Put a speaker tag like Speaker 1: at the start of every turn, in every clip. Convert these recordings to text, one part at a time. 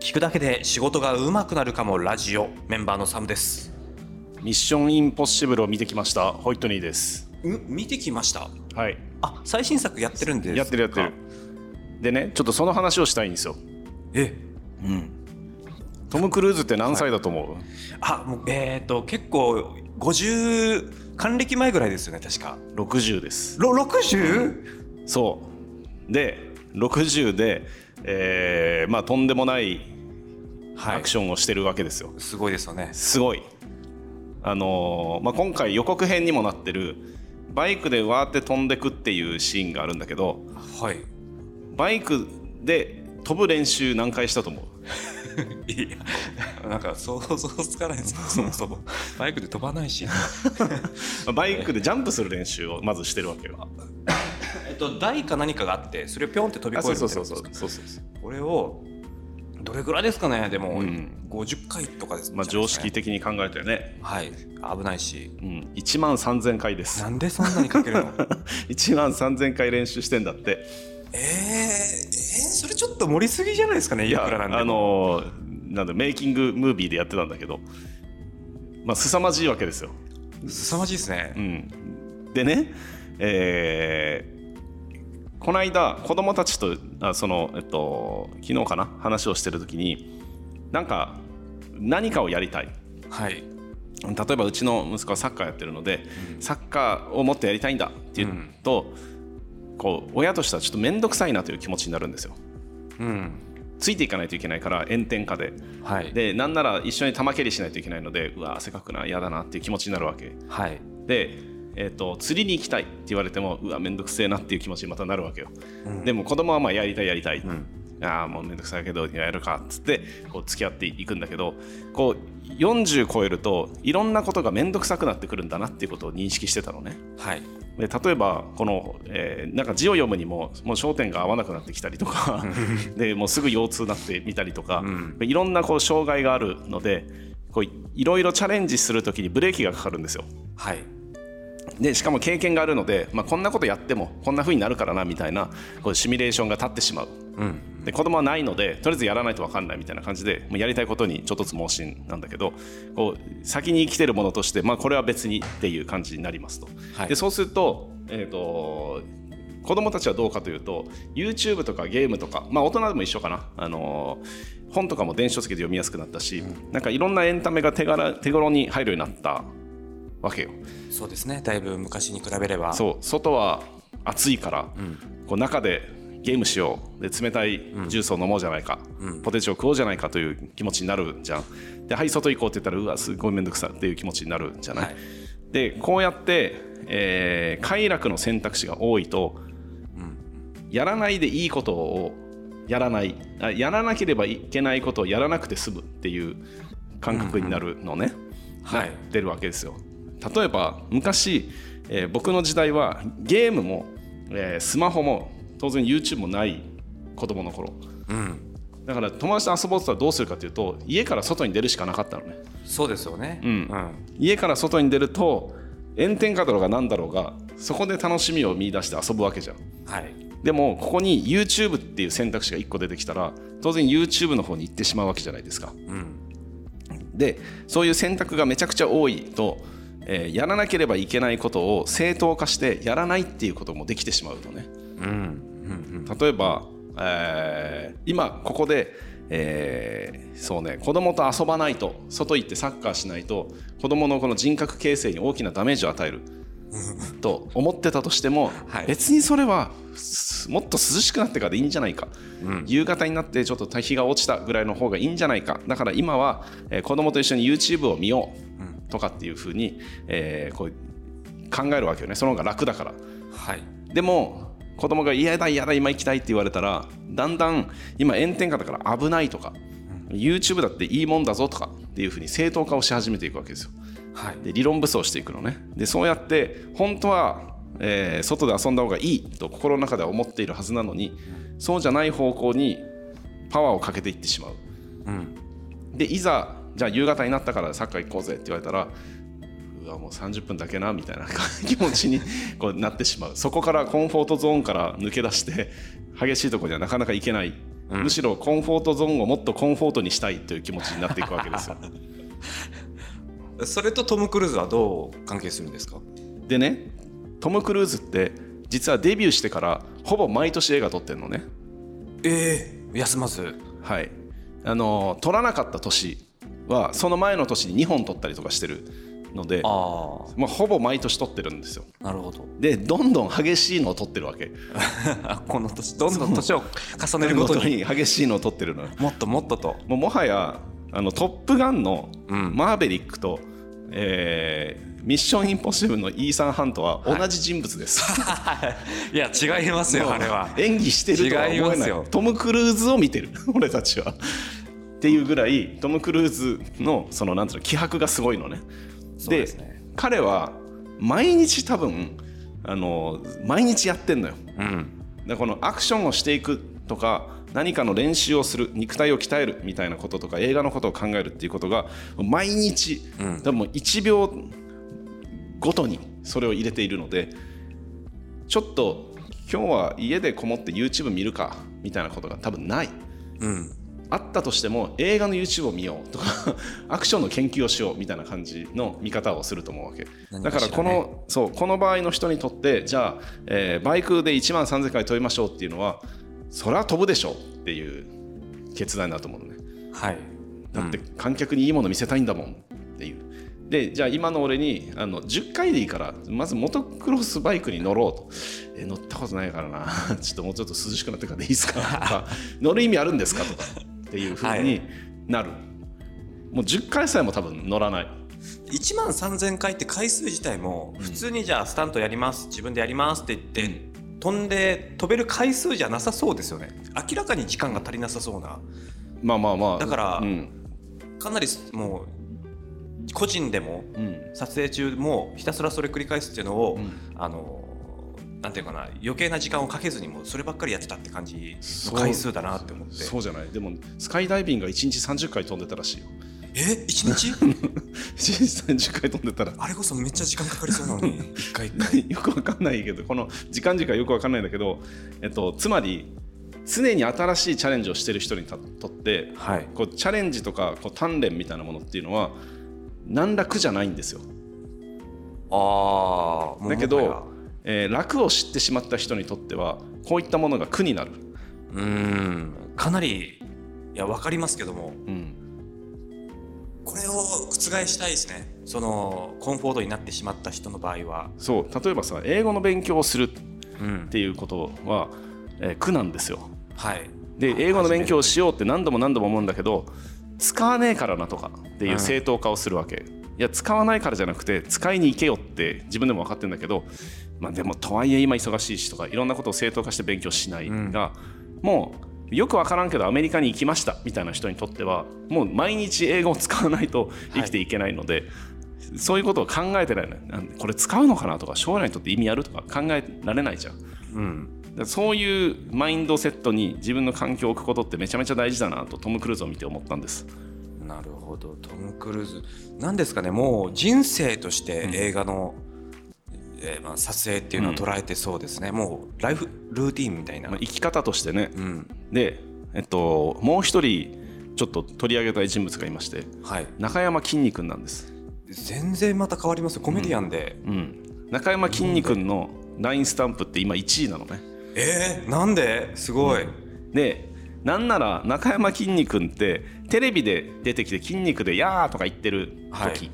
Speaker 1: 聞くだけで仕事が上手くなるかもラジオメンバーのサムです
Speaker 2: ミッションインポッシブルを見てきましたホイットニーです
Speaker 1: ん見てきました
Speaker 2: はい
Speaker 1: あ最新作やってるんですか
Speaker 2: やってるやってるでねちょっとその話をしたいんですよ
Speaker 1: え
Speaker 2: トム・クルーズって何歳だと思う、
Speaker 1: あもうえっ、と結構50還暦前ぐらいですよね確か
Speaker 2: 60です
Speaker 1: ろ 60?
Speaker 2: そうで60で、えーまあとんでもない
Speaker 1: は
Speaker 2: アクションをしてるわけですよ、
Speaker 1: すごいですよね
Speaker 2: すごいあのーまあ、今回予告編にもなってるバイクでわーって飛んでくっていうシーンがあるんだけど
Speaker 1: はい
Speaker 2: バイクで飛ぶ練習何回したと思う
Speaker 1: いやなんか想像つか ないですけどそもそもバイクで飛ばないし
Speaker 2: まあバイクでジャンプする練習をまずしてるわけよ。
Speaker 1: えっと台か何かがあってそれをピョンって飛び越えるみたいな
Speaker 2: そうそうそう。
Speaker 1: これをどれぐらいですかねでも、
Speaker 2: うん
Speaker 1: 50回とかです
Speaker 2: まあ常識的に考えたよね。
Speaker 1: はい危ないし
Speaker 2: うん、1万3000回です
Speaker 1: な。んでそんなにかける の
Speaker 2: 1万3000回練習してんだって。
Speaker 1: えー、えーそれちょっと盛りすぎじゃないですかねい
Speaker 2: いや、
Speaker 1: くらなんでも
Speaker 2: あのーなんだメイキングムービーでやってたんだけど、まあ凄まじいわけですよ。
Speaker 1: 凄まじいですね、
Speaker 2: うん、でね、えーこの間子供たちとあその、えっと、昨日かな話をしてる時になんか何かをやりたい
Speaker 1: はい
Speaker 2: 例えばうちの息子はサッカーやってるので、サッカーをもっとやりたいんだって言うと、こう親としてはちょっと面倒くさいなという気持ちになるんですよ
Speaker 1: うん
Speaker 2: ついていかないといけないから炎天下で
Speaker 1: はい
Speaker 2: でなんなら一緒に玉蹴りしないといけないのでうわ汗かくな嫌だなっていう気持ちになるわけ
Speaker 1: はい
Speaker 2: で、えー、と釣りに行きたいって言われてもうわ面倒くせえなっていう気持ちにまたなるわけよ、でも子供はまあやりたいやりたい、ああもう面倒くさいけどやるかっつってこう付き合っていくんだけどこう40超えるといろんなことが面倒くさくなってくるんだなっていうことを認識してたのね
Speaker 1: はい
Speaker 2: で例えばこの、えーなんか字を読むにももう焦点が合わなくなってきたりとかでもうすぐ腰痛になってみたりとか、
Speaker 1: ん
Speaker 2: いろんなこう障害があるのでこういろいろチャレンジするときにブレーキがかかるんですよ。
Speaker 1: はい
Speaker 2: でしかも経験があるので、まあ、こんなことやってもこんな風になるからなみたいなこうシミュレーションが立ってしまう
Speaker 1: うん
Speaker 2: で子供はないのでとりあえずやらないと分かんないみたいな感じでもうやりたいことにちょっとずつ盲信なんだけどこう先に生きてるものとして、まあ、これは別にっていう感じになりますと。
Speaker 1: はい
Speaker 2: でそうすると,、えー、と子供たちはどうかというと YouTube とかゲームとか、まあ、大人でも一緒かな、あのー本とかも電子書籍で読みやすくなったし、なんかいろんなエンタメが手柄手頃に入るようになったわけよ。
Speaker 1: そうですねだいぶ昔に比べれば
Speaker 2: そう外は暑いから、こう中でゲームしようで冷たいジュースを飲もうじゃないか、ポテチを食おうじゃないかという気持ちになるじゃんではい外行こうって言ったらうわすごい面倒くさっていう気持ちになるじゃない、
Speaker 1: はい
Speaker 2: でこうやって、えー快楽の選択肢が多いと、やらないでいいことをやらないあやらなければいけないことをやらなくて済むっていう感覚になるのね、
Speaker 1: はい
Speaker 2: なってるわけですよ。例えば昔、えー僕の時代はゲームも、えースマホも当然 YouTube もない子供の頃
Speaker 1: うん
Speaker 2: だから友達と遊ぼうとしたらどうするかというと家から外に出るしかなかったのね
Speaker 1: そうですよねうん
Speaker 2: 家から外に出ると炎天下だろうが何だろうがそこで楽しみを見出して遊ぶわけじゃん
Speaker 1: はい
Speaker 2: でもここに YouTube っていう選択肢が1個出てきたら当然 YouTube の方に行ってしまうわけじゃないですか
Speaker 1: うん
Speaker 2: でそういう選択がめちゃくちゃ多いと、えーやらなければいけないことを正当化してやらないっていうこともできてしまうとね
Speaker 1: うんうん
Speaker 2: 例えば、えー今ここで、えーそうね子供と遊ばないと外行ってサッカーしないと子供のこの人格形成に大きなダメージを 与えると思ってたとしても、
Speaker 1: はい
Speaker 2: 別にそれはすもっと涼しくなってからでいいんじゃないか、夕方になってちょっと対比が落ちたぐらいの方がいいんじゃないかだから今は、えー子供と一緒に YouTube を見ようとかっていうふうに、えーこう考えるわけよねその方が楽だから。
Speaker 1: うんはい
Speaker 2: でも子供が嫌だ嫌だ今行きたいって言われたらだんだん今炎天下だから危ないとか YouTube だっていいもんだぞとかっていうふうに正当化をし始めていくわけですよ
Speaker 1: はい
Speaker 2: で理論武装していくのねでそうやって本当は、えー外で遊んだ方がいいと心の中では思っているはずなのにそうじゃない方向にパワーをかけていってしまう
Speaker 1: うん
Speaker 2: でいざじゃあ夕方になったからサッカー行こうぜって言われたらうわもう30分だけなみたいな 気持ちにこうなってしまうそこからコンフォートゾーンから抜け出して激しいところにはなかなか行けない
Speaker 1: うん
Speaker 2: むしろコンフォートゾーンをもっとコンフォートにしたいという気持ちになっていくわけですよ
Speaker 1: それとトム・クルーズはどう関係するんですか
Speaker 2: でねトム・クルーズって実はデビューしてからほぼ毎年映画撮ってんのね
Speaker 1: ええ休まず
Speaker 2: はいあのー撮らなかった年はその前の年に2本撮ったりとかしてるので
Speaker 1: あ
Speaker 2: まあ、ほぼ毎年撮ってるんですよ
Speaker 1: あなるほど
Speaker 2: でどんどん激しいのを撮ってるわけ
Speaker 1: この年どんどん年を重ねるごと
Speaker 2: どんどん
Speaker 1: に
Speaker 2: 激しいのを撮ってるのよ
Speaker 1: もっともっとと
Speaker 2: もうもはやあの「トップガン」の
Speaker 1: うん
Speaker 2: マーベリックと、えーミッションインポッシブル」のイーサン・ハントは同じ人物です、
Speaker 1: いや違いますよあれは
Speaker 2: 演技してるとは思
Speaker 1: 違
Speaker 2: え
Speaker 1: いま
Speaker 2: な
Speaker 1: す
Speaker 2: い
Speaker 1: よ
Speaker 2: トム・クルーズを見てる 俺たちはっていうぐらいトム・クルーズのそのなんていうの気迫がすごいのね
Speaker 1: そうですね
Speaker 2: 彼は毎日多分あの毎日やってんのよ
Speaker 1: うん
Speaker 2: でこのアクションをしていくとか何かの練習をする肉体を鍛えるみたいなこととか映画のことを考えるっていうことが毎日、
Speaker 1: うん
Speaker 2: 多分1秒ごとにそれを入れているのでちょっと今日は家でこもって YouTube 見るかみたいなことが多分ない
Speaker 1: うん
Speaker 2: あったとしても映画の YouTube を見ようとか アクションの研究をしようみたいな感じの見方をすると思うわけ
Speaker 1: 何
Speaker 2: だ
Speaker 1: かし
Speaker 2: からら
Speaker 1: ね
Speaker 2: この,、そうこの場合の人にとってじゃあ、えーバイクで1万3000回飛びましょうっていうのはそりゃ飛ぶでしょうっていう決断だと思うのね
Speaker 1: はい
Speaker 2: だって観客にいいもの見せたいんだもんっていうでじゃあ今の俺にあの10回でいいからまずモトクロスバイクに乗ろうと、えー乗ったことないからな ちょっともうちょっと涼しくなってからでいいですかと か乗る意味あるんですかとかっていうふうになる、もう10回さえも多分乗らない
Speaker 1: 1万3000回って回数自体も普通にじゃあスタントやります自分でやりますって言って、飛んで飛べる回数じゃなさそうですよね明らかに時間が足りなさそうな
Speaker 2: まあまあまあ
Speaker 1: だから
Speaker 2: うん
Speaker 1: かなりもう個人でも
Speaker 2: うん
Speaker 1: 撮影中もひたすらそれ繰り返すっていうのを、
Speaker 2: うん
Speaker 1: あのなんていうかな余計な時間をかけずにもうそればっかりやってたって感じ
Speaker 2: そ
Speaker 1: の
Speaker 2: う
Speaker 1: 回数だなって思って
Speaker 2: そうじゃないでもスカイダイビングが1日30回飛んでたらしいよ
Speaker 1: え一日
Speaker 2: 1日30回飛んでたら
Speaker 1: あれこそめっちゃ時間かかりそうなの に一回一回
Speaker 2: よくわかんないけどこの時間軸はよくわかんないんだけど、えっと、つまり常に新しいチャレンジをしてる人にたとって
Speaker 1: はい
Speaker 2: こうチャレンジとかこう鍛錬みたいなものっていうのは何ら苦じゃないんですよ
Speaker 1: ああ
Speaker 2: だけど、えー楽を知ってしまった人にとってはこういったものが苦になる、
Speaker 1: うーんかなりいやわかりますけども
Speaker 2: うん
Speaker 1: これを覆したいですねそのコンフォートになってしまった人の場合は、
Speaker 2: そう例えばさ英語の勉強をするっ
Speaker 1: うん、
Speaker 2: ていうことは、えー苦なんですよ
Speaker 1: はい
Speaker 2: で英語の勉強をしようって何度も何度も思うんだけど使わねえからなとかっていう正当化をするわけ、いや使わないからじゃなくて使いに行けよって自分でも分かってるんだけど、まあ、でもとはいえ今忙しいしとかいろんなことを正当化して勉強しないが、もうよく分からんけどアメリカに行きましたみたいな人にとってはもう毎日英語を使わないと生きていけないので。そういうことを考えてないのよなんこれ使うのかなとか将来にとって意味あるとか考えられないじゃん
Speaker 1: うん
Speaker 2: だからそういうマインドセットに自分の環境を置くことってめちゃめちゃ大事だなとトム・クルーズを見て思ったんです
Speaker 1: なるほどトム・クルーズなんですかねもう人生として映画の、えーまあ、撮影っていうのは捉えてそうですね、もうライフルーティンみたいな、
Speaker 2: まあ生き方としてね
Speaker 1: うん
Speaker 2: で、えっと、もう一人ちょっと取り上げたい人物がいまして
Speaker 1: はい
Speaker 2: 中山きんに君なんです、
Speaker 1: 全然また変わりますよコメディアンで、
Speaker 2: うん、中山きんに君の LINE スタンプって今1位なのね
Speaker 1: えー、なんですごい、
Speaker 2: でなんなら中山きんに君ってテレビで出てきて筋肉で「やー」とか言ってる時、
Speaker 1: はい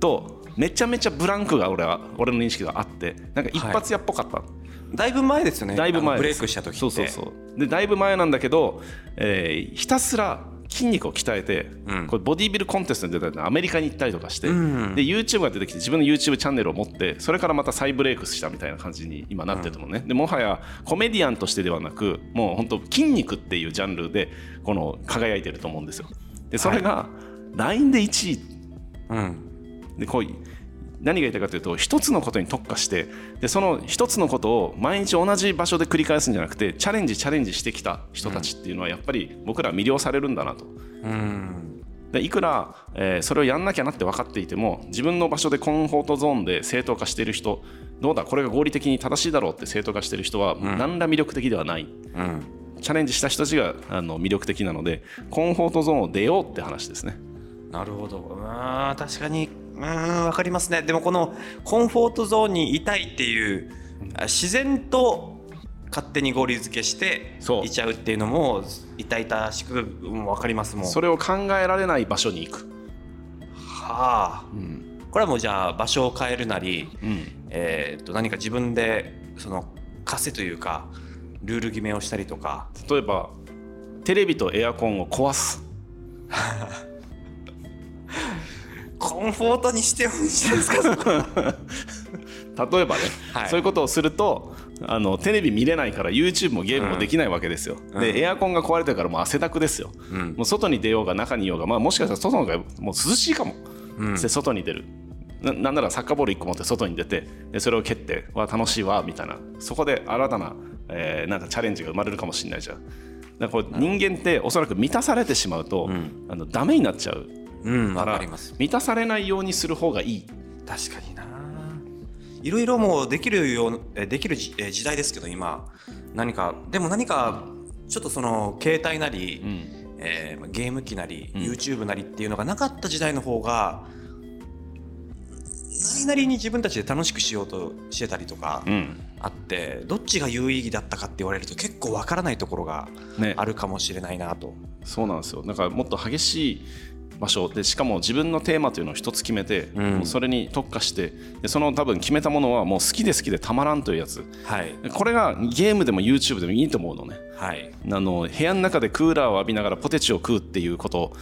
Speaker 2: とめちゃめちゃブランクが俺は俺の認識があってなんか一発屋っぽかった、
Speaker 1: だいぶ前ですよね
Speaker 2: だいぶ
Speaker 1: あの
Speaker 2: 前
Speaker 1: ブレ
Speaker 2: で
Speaker 1: イ
Speaker 2: す
Speaker 1: クした時って
Speaker 2: そうそうそうでだいぶ前なんだけど、えーひたすら筋肉を鍛えて、
Speaker 1: うん
Speaker 2: これボディービルコンテストに出たりとかアメリカに行ったりとかして、
Speaker 1: うん
Speaker 2: で YouTube が出てきて自分の YouTube チャンネルを持ってそれからまた再ブレイクしたみたいな感じに今なってると思うね、でもはやコメディアンとしてではなくもう本当筋肉っていうジャンルでこの輝いてると思うんですよでそれが LINE で1位
Speaker 1: うん
Speaker 2: でこう何が言いたいかというと一つのことに特化してでその一つのことを毎日同じ場所で繰り返すんじゃなくてチャレンジチャレンジしてきた人たちっていうのはやっぱり僕らは魅了されるんだなと。
Speaker 1: うん
Speaker 2: でいくら、えーそれをやんなきゃなって分かっていても自分の場所でコンフォートゾーンで正当化している人どうだこれが合理的に正しいだろうって正当化している人は何ら魅力的ではない
Speaker 1: うん
Speaker 2: チャレンジした人たちがあの魅力的なのでコンフォートゾーンを出ようって話ですね。
Speaker 1: なるほど。うーん、確かに、うーん、わかりますね。でもこのコンフォートゾーンにいたいっていう、あ自然と勝手に合理付けして
Speaker 2: そう
Speaker 1: いちゃうっていうのも痛々しくうんわかりますもん。
Speaker 2: それを考えられない場所に行く。
Speaker 1: はあ。
Speaker 2: うん
Speaker 1: これはもうじゃあ場所を変えるなり、
Speaker 2: うん、
Speaker 1: えーっと何か自分でその枷というかルール決めをしたりとか。
Speaker 2: 例えばテレビとエアコンを壊す。
Speaker 1: コンフォートにしてほしいですか。そこ
Speaker 2: 例えばね、
Speaker 1: はい
Speaker 2: そういうことをするとあのテレビ見れないから YouTube もゲームもできないわけですよ、
Speaker 1: うんうん
Speaker 2: でエアコンが壊れてるからもう汗だくですよ、
Speaker 1: うん
Speaker 2: もう外に出ようが中にいようが、まあ、もしかしたら外の方がもう涼しいかも、
Speaker 1: うん
Speaker 2: で外に出るななんならサッカーボール1個持って外に出てでそれを蹴ってわ楽しいわみたいなそこで新たな,、えーなんかチャレンジが生まれるかもしれないじゃんだからこう人間っておそらく満たされてしまうと、
Speaker 1: うん
Speaker 2: あのダメになっちゃう
Speaker 1: うん、
Speaker 2: か
Speaker 1: わ
Speaker 2: ら
Speaker 1: かります。
Speaker 2: 満たされないようにする方がいい
Speaker 1: 確かにな。いろいろもうできるようえできるじえ時代ですけど今何かでも何かちょっとその携帯なり、
Speaker 2: ん
Speaker 1: えーまあゲーム機なり、
Speaker 2: うん
Speaker 1: YouTube なりっていうのがなかった時代の方がないなりに自分たちで楽しくしようとしてたりとか
Speaker 2: うん
Speaker 1: あって、どっちが有意義だったかって言われると結構わからないところが
Speaker 2: ね
Speaker 1: あるかもしれないなと。
Speaker 2: そうなんですよだからもっと激しい場所でしかも自分のテーマというのを一つ決めて、
Speaker 1: うん
Speaker 2: もうそれに特化してでその多分決めたものはもう好きで好きでたまらんというやつ
Speaker 1: はい、
Speaker 2: でこれがゲームでも YouTube でもいいと思うのね
Speaker 1: はい、
Speaker 2: あの部屋の中でクーラーを浴びながらポテチを食うっていうこと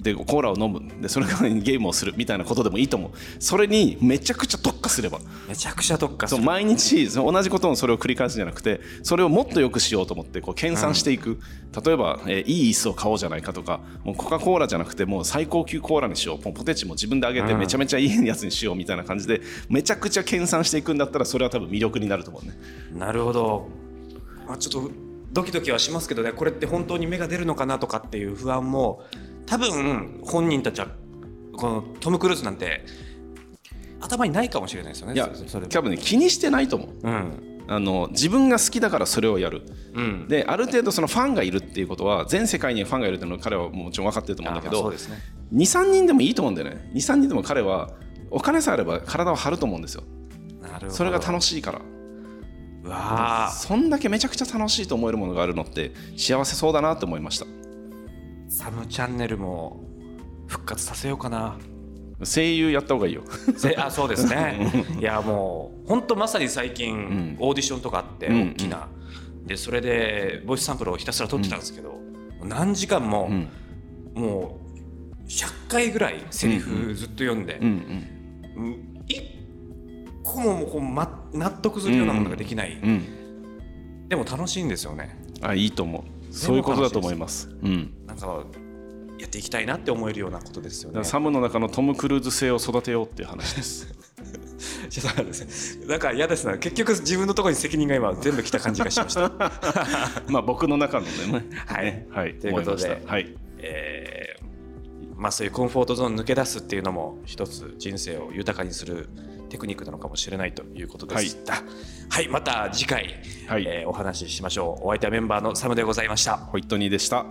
Speaker 2: でコーラを飲むでそれからゲームをするみたいなことでもいいと思うそれにめちゃくちゃ特化すれば
Speaker 1: めちゃくちゃ特化す
Speaker 2: そう
Speaker 1: る。
Speaker 2: 毎日その同じことのそれを繰り返すんじゃなくてそれをもっと良くしようと思ってこう研鑽していく、例えば、えーいい椅子を買おうじゃないかとかもうコカ・コーラじゃなくてもう最高級コーラにしようもうポテチも自分であげて
Speaker 1: うん
Speaker 2: めちゃめちゃいいやつにしようみたいな感じでめちゃくちゃ研鑽していくんだったらそれは多分魅力になると思うね。
Speaker 1: なるほど、まあ、ちょっとドキドキはしますけどねこれって本当に芽が出るのかなとかっていう不安も多分本人たちはこのトム・クルーズなんて頭にないかもしれないですよね。
Speaker 2: いや
Speaker 1: そそれ
Speaker 2: 多分ね気にしてないと思う
Speaker 1: うん
Speaker 2: あの自分が好きだからそれをやる
Speaker 1: うん、
Speaker 2: である程度そのファンがいるっていうことは全世界にファンがいるっていうのは彼はもちろん分かってると思うんだけ
Speaker 1: あまあそ
Speaker 2: ど
Speaker 1: うですね
Speaker 2: 23人でもいいと思うんだよね23人でも彼はお金さえあれば体を張ると思うんですよ
Speaker 1: なるほど
Speaker 2: それが楽しいから
Speaker 1: うわあ
Speaker 2: そんだけめちゃくちゃ楽しいと思えるものがあるのって幸せそうだなって思いました
Speaker 1: サムチャンネルも復活させようかな。
Speaker 2: 声優やった方がいいよ
Speaker 1: せあそうです ねいやもう本当まさに最近、
Speaker 2: ん
Speaker 1: オーディションとかあって
Speaker 2: うんうん
Speaker 1: 大きな、でそれでボイスサンプルをひたすら撮ってたんですけど、何時間も、
Speaker 2: うん
Speaker 1: もう100回ぐらいセリフずっと読んで、
Speaker 2: うんうん
Speaker 1: うん一個ももうこう、ま、納得するようなものができない、
Speaker 2: うん
Speaker 1: でも楽しいんですよね
Speaker 2: あいいと思うそういうことだと思いますうん
Speaker 1: なんかやっていきたいなって思えるようなことですよ
Speaker 2: だか
Speaker 1: ね
Speaker 2: ら サムの中のトム・クルーズ性を育てようっていう話です
Speaker 1: そうなんですねなんか嫌ですな結局自分のところに責任が今全部来た感じがしました
Speaker 2: まあ僕の中のね
Speaker 1: はい
Speaker 2: ねはい
Speaker 1: ということで
Speaker 2: 思いましたはい
Speaker 1: えーまあそういうコンフォートゾーン抜け出すっていうのも一つ人生を豊かにするテクニックなのかもしれないということでした。はい、また次回、
Speaker 2: はい
Speaker 1: えーお話ししましょう。お相手はメンバーのサムでございました。
Speaker 2: ホイットニーでした